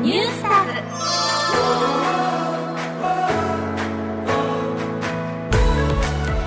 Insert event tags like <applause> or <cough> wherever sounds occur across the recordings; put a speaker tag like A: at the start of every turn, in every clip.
A: ニュースターズ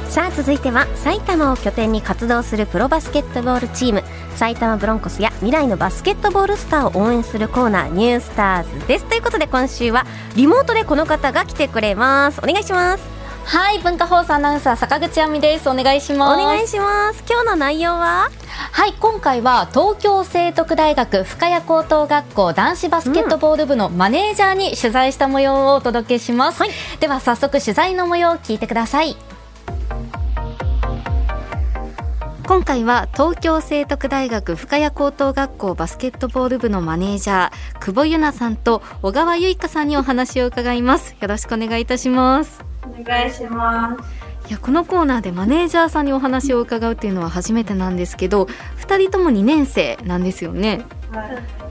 B: さあ続いては埼玉を拠点に活動するプロバスケットボールチーム埼玉ブロンコスや未来のバスケットボールスターを応援するコーナーニュースターズですということで今週はリモートでこの方が来てくれますお願いします
C: はい、文化放送アナウンサー坂口亜美です。お願いし
B: お
C: ます。
B: 願いします今日の内容は
C: はい、今回は東京聖徳大学深谷高等学校男子バスケットボール部のマネージャーに取材した模様をお届けします。では早速取材の模様を聞いてください。今回は東京聖徳大学深谷高等学校バスケットボール部のマネージャー久保由奈さんと小川由依香さんにお話を伺います。よろしくお願いいたします。
A: お願いします
C: いやこのコーナーでマネージャーさんにお話を伺うっていうのは初めてなんですけど2人とも2年生なんですよね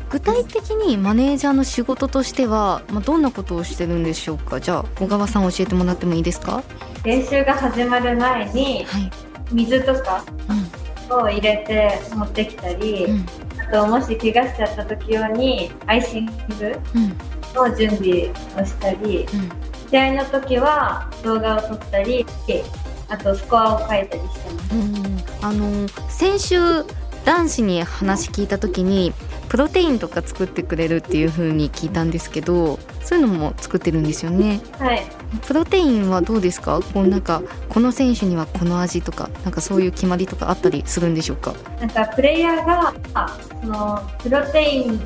C: 具体的にマネージャーの仕事としては、まあ、どんなことをしてるんでしょうかじゃあ小川さん教えてもらってもいいですか
A: 練習が始まる前に
C: はい、
A: 水とかを入れて持ってきたり、
C: うん
A: あともし怪我しちゃった時用にアイシング
C: うん
A: の準備をしたり試合の時は動画を撮ったりあとスコアを書いたりしてます
C: うんうんあの先週男子に話聞いた時にプロテインとか作ってくれるっていう風に聞いたんですけどそういうのも作ってるんですよね
A: はい
C: プロテインはどうですかこうなんかこの選手にはこの味とかなんかそういう決まりとかあったりするんでしょうか
A: なんかプレイヤーがあそのプロテインの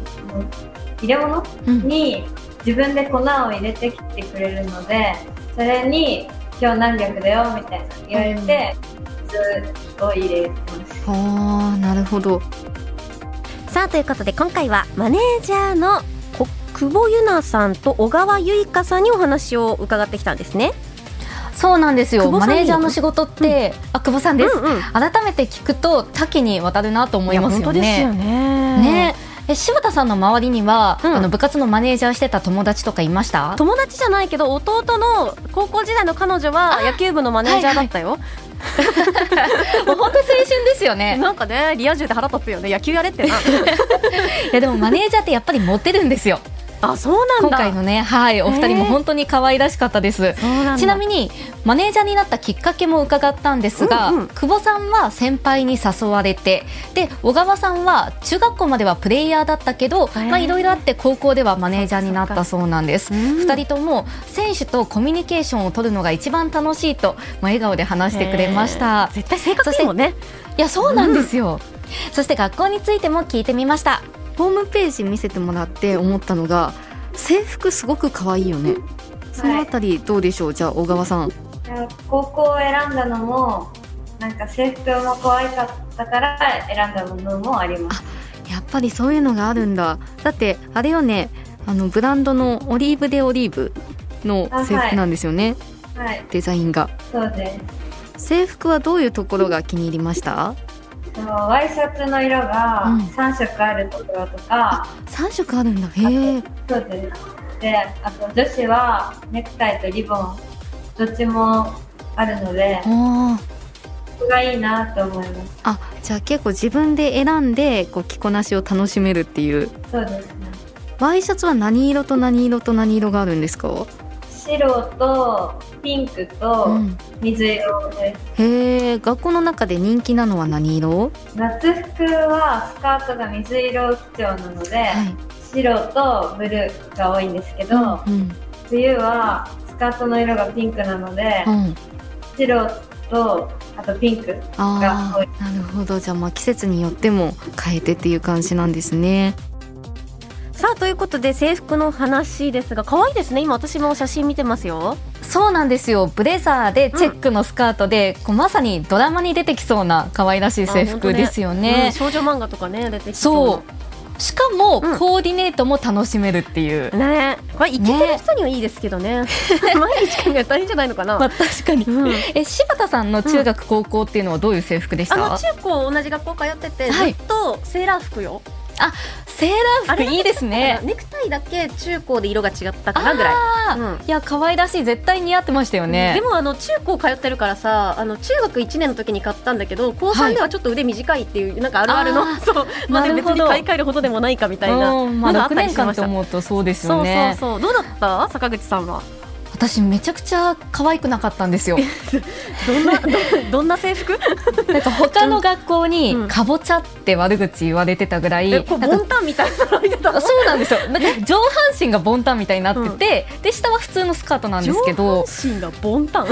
A: 入れ物
C: うん
A: に自分で粉を入れてきてくれるのでそれに「今日何百だよ」みたいな言われて水を入れます。
C: あーなるほど
B: さあということで今回はマネージャーのこ久保由奈さんと小川由香さんにお話を伺ってきたんですね。
C: そうなんですよ
B: 久保さ
C: マ
B: んい
C: ネ
B: いの
C: ージャーの仕事って、あ久保さんです、
B: うんうん
C: 改めて聞くと多岐にわたるなと思います
B: 本
C: よ
B: 当ですよ
C: ね
B: ね
C: ねえ柴田さんの周りには、
B: うん
C: あの部活のマネージャーしてた友達とかいました
B: 友達じゃないけど弟の高校時代の彼女は野球部のマネージャーだった
C: も
B: よ、
C: う本当青春ですよね
B: <laughs> なんかねリア充で腹立つよね野球や
C: <laughs>
B: れってな
C: いやでもマネージャーってやっぱりモテるんですよ
B: あそうなんだ
C: 今回のねはいお二人も本当に可愛らしかったです、
B: そうなんだ
C: ちなみにマネージャーになったきっかけも伺ったんですが、
B: うんうん
C: 久保さんは先輩に誘われてで小川さんは中学校まではプレイヤーだったけど、
B: ー
C: まあ、いろいろあって高校ではマネージャーになったそうなんです。
B: うん
C: 2人とも選手とコミュニケーションを取るのが一番楽しいと、まあ、笑顔で話してくれました
B: えー。絶対性格いいもんね
C: いやそうなんですよ、そして学校についても聞いてみましたホームページ見せてもらって思ったのが制服すごく可愛いよねそのあたりどうでしょう、じゃあ小川さん
A: 高校を選んだのもなんか制服も可愛かったから選んだものもあります。
C: やっぱりそういうのがあるんだだってあれよねあのブランドのオリーブ・デ・オリーブの制服なんですよね、
A: はい、
C: デザインが
A: そうです。
C: 制服はどういうところが気に入りました
A: そのワイシャツの色が
C: うん
A: 3色あるところとか、
C: 3色あるんだへえ
A: そうですであと女子はネクタイとリボンどっちもあるので
C: あー
A: そこがいいなと思います
C: あじゃあ結構自分で選んでこう着こなしを楽しめるっていう
A: そうですね
C: ワイシャツは何色と何色と何色があるんですか、
A: 白とピンクと
C: うん
A: 水色で
C: へえ学校の中で人気なのは何色、
A: す、夏服はスカートが水色基調なので、
C: はい
A: 白とブルーが多いんですけど、
C: うん
A: 冬はスカートの色がピンクなので、
C: うん、
A: 白とあとピンク
C: あ
A: が多い
C: あなるほどじゃあまあ季節によっても変えてっていう感じなんですね
B: さあということで制服の話ですが可愛いですね今私も写真見てますよ
C: そうなんですよブレザーでチェックのスカートで、こうまさにドラマに出てきそうな可愛らしい制服ですよ
B: うん
C: ね
B: 少女漫画とかね出てき
C: そうしかも、
B: うん
C: コーディネートも楽しめるっていう、
B: ねこれイケてる人にはいいですけどね <laughs> 毎日考えたら大変じゃないのかな、
C: まあ確かに、
B: うん
C: え柴田さんの中学高校っていうのはどういう制服でした、
B: あの中高同じ学校通ってて、
C: はい
B: ずっとセーラー服よ
D: セーラー服いいですね
B: ネクタイだけ中高で色が違ったかなぐらい
D: あー
B: うん
D: いや可愛らしい絶対似合ってましたよね
B: でもあの中高通ってるからさあの中学1年の時に買ったんだけど高3ではちょっと腕短いっていう、なんかあるある <laughs>
D: あ
B: のそうまあでも別
D: なる
B: に
D: ほど
B: 買い替えるほどでもないかみたいな、
D: うんまあ
B: なんかあっ
D: 6
B: たり
D: 年
B: しま
D: 間
B: し
D: と
B: た
D: 思うとそうです
B: そ
D: よ
B: うそう
D: ね
B: そうどうだった坂口さんは
D: 私めちゃくちゃ可愛くなかったんですよ
B: ど
D: <laughs>
B: んなどどんな制服
D: なんか <laughs> 他の学校に
B: うん
D: かぼちゃって悪口言われてたぐらい
B: えこう
D: なん
B: ボ
D: か
B: ンタンみたいなの履いてたの
D: そうなんですよなんか上半身がボンタンみたいになってて、で下は普通のスカートなんですけど
B: 上半身がボンタン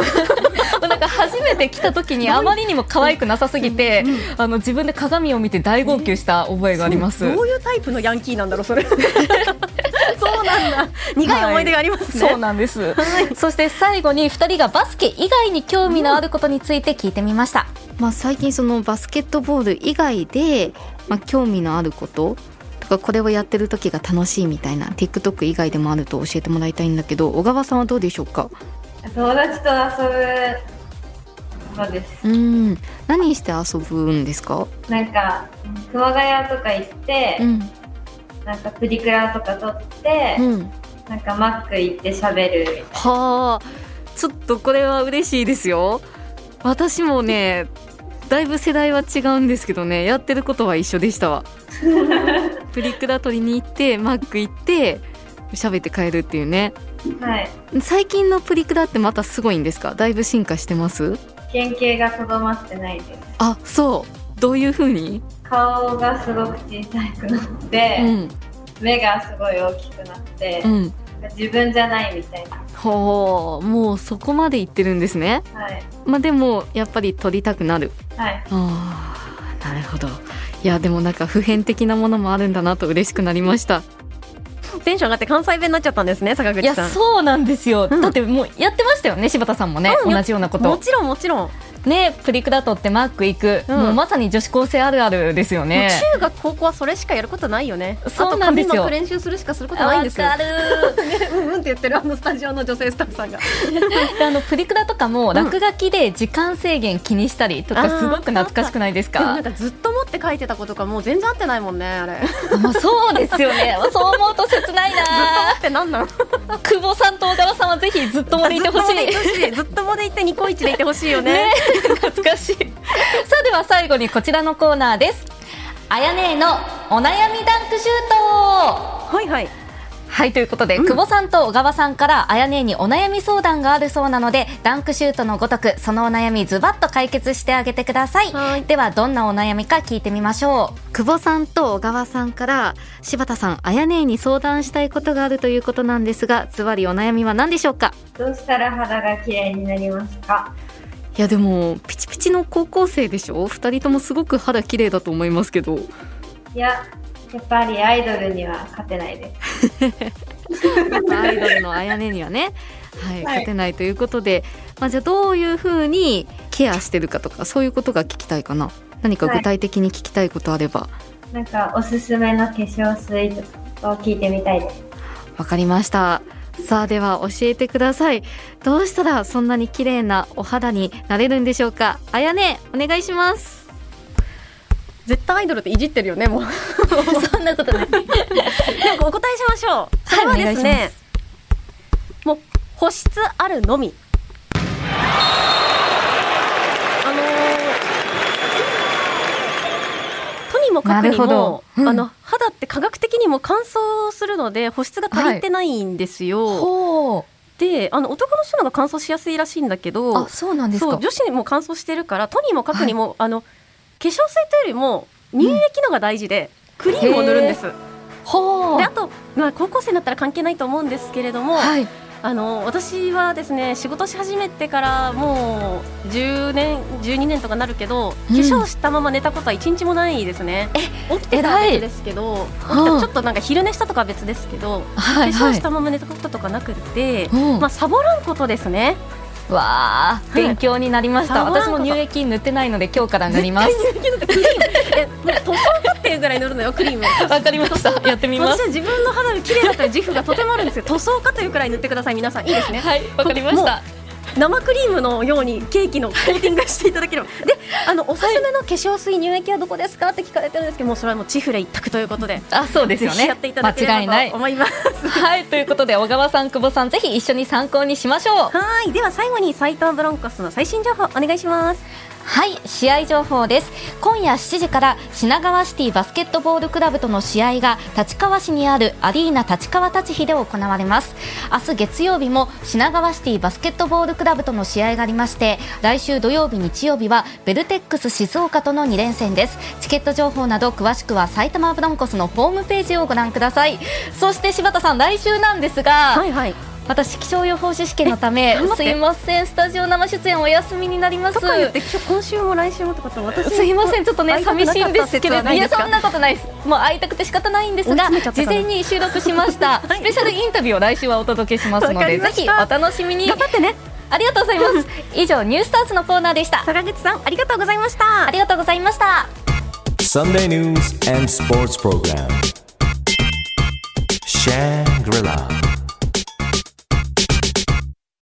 D: なんか初めて来た時にあまりにも可愛くなさすぎて、あの自分で鏡を見て大号泣した覚えがあります、
B: どういうタイプのヤンキーなんだろう
D: <laughs>
B: それそうなんだ苦い思い出がありますね、
D: そうなんです、そして最後に2人がバスケ以外に興味のあることについて聞いてみました、
C: まあ、最近そのバスケットボール以外で、まあ、興味のあることとかこれをやってる時が楽しいみたいな TikTok 以外でもあると教えてもらいたいんだけど小川さんはどうでしょうか
A: 友達と遊ぶのです
C: うん何して遊ぶんですか、
A: なんか熊谷とか行って、
C: ん
A: なんかプリクラとか撮って、
C: うん、
A: なんかマック行って喋るみたいな
C: はあちょっとこれは嬉しいですよ私もねだいぶ世代は違うんですけどねやってることは一緒でしたわプリクラ取りに行ってマック行って喋って帰るっていうね
A: はい、
C: 最近のプリクラってまたすごいんですかだいぶ進化してます
A: 原型がとどまってないです
C: あそうどういう風に
A: 顔がすごく小さくなって、
C: うん
A: 目がすごい大きくなって
C: う、ん
A: 自分じゃないみたいな、
C: ほうもうそこまで行ってるんですね
A: はい
C: まあでもやっぱり撮りたくなる
A: はい、
C: ああなるほどいやでもなんか普遍的なものもあるんだなと嬉しくなりました
B: テンション上がって関西弁になっちゃったんですね坂
D: い
B: 口
D: や
B: さん
D: そうなんですよ、
B: うん
D: だってもうやってましたよね柴田さんもね、
B: うん
D: 同じようなこ
B: も
D: と
B: ちろんもちろん、
D: ねプリクラ取ってマック行く、
B: うん
D: もうまさに女子高生あるあるですよね
B: もう中学高校はそれしかやることないよね
D: そうなんですよ
B: あと髪巻く練習するしかすることないんですよ
D: わかる
B: <laughs> うんうんって言ってるあのスタジオの女性スタッフさんが
D: であのプリクラとかも落書きで時間制限気にしたりと
B: あ
D: か
B: ー
D: すごく懐かしくないですか
B: なんかずっと持って書いてた子とかもう全然合ってないもんね
D: <laughs>
B: あれずっ
D: まあ、そうですよね。まあそう思うと切ない
B: と持
D: な。
B: ってなん
D: <laughs>
B: なん
D: 久保さんと小川さんはぜひずっともでいてほしい。
B: い <laughs> ずっともでいてニコイチでいてほしいよね
D: <laughs> ね懐かしい。さあでは最後にこちらのコーナーです。あやねえのお悩みダンクシュート。
B: はいはい
D: はいということで、久保さんと小川さんからあやねえにお悩み相談があるそうなのでダンクシュートのごとくそのお悩みズバッと解決してあげてください
B: はい
D: ではどんなお悩みか聞いてみましょ
C: 久保さんと小川さんから柴田さんあやねえに相談したいことがあるということなんですがつまりお悩みは何でしょうか
A: どうしたら肌が綺麗になりますか
C: いやでもピチピチの高校生でしょ二人ともすごく肌綺麗だと思いますけど
A: いややっぱりアイドルには勝てないです
C: アイドルのあやねにはね、はい、
A: はい
C: 勝てないということで、まあ、じゃあどういうふうにケアしてるかとかそういうことが聞きたいかな何か具体的に聞きたいことあれば、
A: なんかおすすめの化粧水とかを聞いてみたいです
C: わかりましたさあでは教えてくださいどうしたらそんなに綺麗なお肌になれるんでしょうかあやねお願いします
B: う絶対アイドルっていじってるよねもう
D: う。 <laughs> そん
B: <laughs>
D: なことない。
B: でもお答えしましょうそれはですね、
D: お願いし
B: もう保湿あるのみあのーとにもかくに
D: なるほ
B: も
D: ど、うん
B: あの肌って科学的にも乾燥するので保湿が足りてないんですよ、
D: ほう。
B: であの男の人の方が乾燥しやすいらしいんだけど
D: あそうなんです
B: そ
D: か
B: う。女子も乾燥してるからとにもかくにも、あの化粧水というよりも乳液のが大事で、クリームを塗るんです。
D: ほ
B: であと、まあ、高校生になったら関係ないと思うんですけれども、
D: はい。
B: あの私はですね仕事し始めてからもう10年12年とかなるけど化
D: うん
B: 粧したまま寝たことは1日もないですね、起きてからは
D: 偉い
B: 別ですけど起きた
D: はあ
B: ちょっとなんか昼寝したとかは別ですけど、
D: は
B: 化粧したまま寝たこととかなくて、
D: うん
B: まあ、サボらんことですね
D: わあ、勉強になりました。
B: はい
D: 私も乳液塗ってないので今日から塗ります。
B: えもう塗装かっていうぐらい塗るのよクリ <laughs> ーム
D: わかりました。やってみま
B: 私
D: す。
B: は自分の肌が綺麗だったら自負がとてもあるんですよ塗装かというくらい塗ってください皆さんいいですね
D: はい、わかりました。
B: 生クリームのようにケーキのコーティングしていただければであのおすすめの化粧水乳液はどこですかって聞かれてるんですけどもうそれはもうチフレ一択ということで
D: あそうです
B: ぜ
D: よ
B: ひや
D: ね
B: っていただけれ
D: 間違いな
B: ば
D: い
B: と思います
D: はいということで小川さん久保さんぜひ一緒に参考にしましょう
B: はいでは最後に斉藤ブロンコスの最新情報お願いします
D: はい試合情報です今夜7時から品川シティバスケットボールクラブとの試合が立川市にあるアリーナ立川立飛で行われます明日月曜日も品川シティバスケットボールクラブとの試合がありまして来週土曜日日曜日はベルテックス静岡との2連戦ですチケット情報など詳しくは埼玉ブロンコスのホームページをご覧くださいそして柴田さん来週なんですが、
B: はいはい
D: 私気象予報士試験のため
B: 頑張っ
D: す
B: て
D: いませんスタジオ生出演お休みになります
B: とか言って今日今週も来週もってことは私
D: すいません、ちょっとね、寂しいんですけれど、い
B: い
D: や、
B: や
D: そ
B: そ
D: ん
B: ん
D: な
B: な
D: ことないです。もう会いたくて仕方ないんです
B: 追い
D: が
B: 詰めちゃっ、た
D: 事
B: かな
D: 前に収録しま
B: <laughs>
D: した。スペシャルインタビューを来週はお届けしますの
B: わか
D: で、
B: り
D: ぜ
B: ました
D: ひお楽しみに
B: 頑。張ってね
D: ありがとうござ
B: <laughs>
D: います。以上、ニュースターズのコーナーでした。
B: 坂口さんありがとうございました
D: ありがとうございました。
E: Sunday news and sports program. Shangri-La.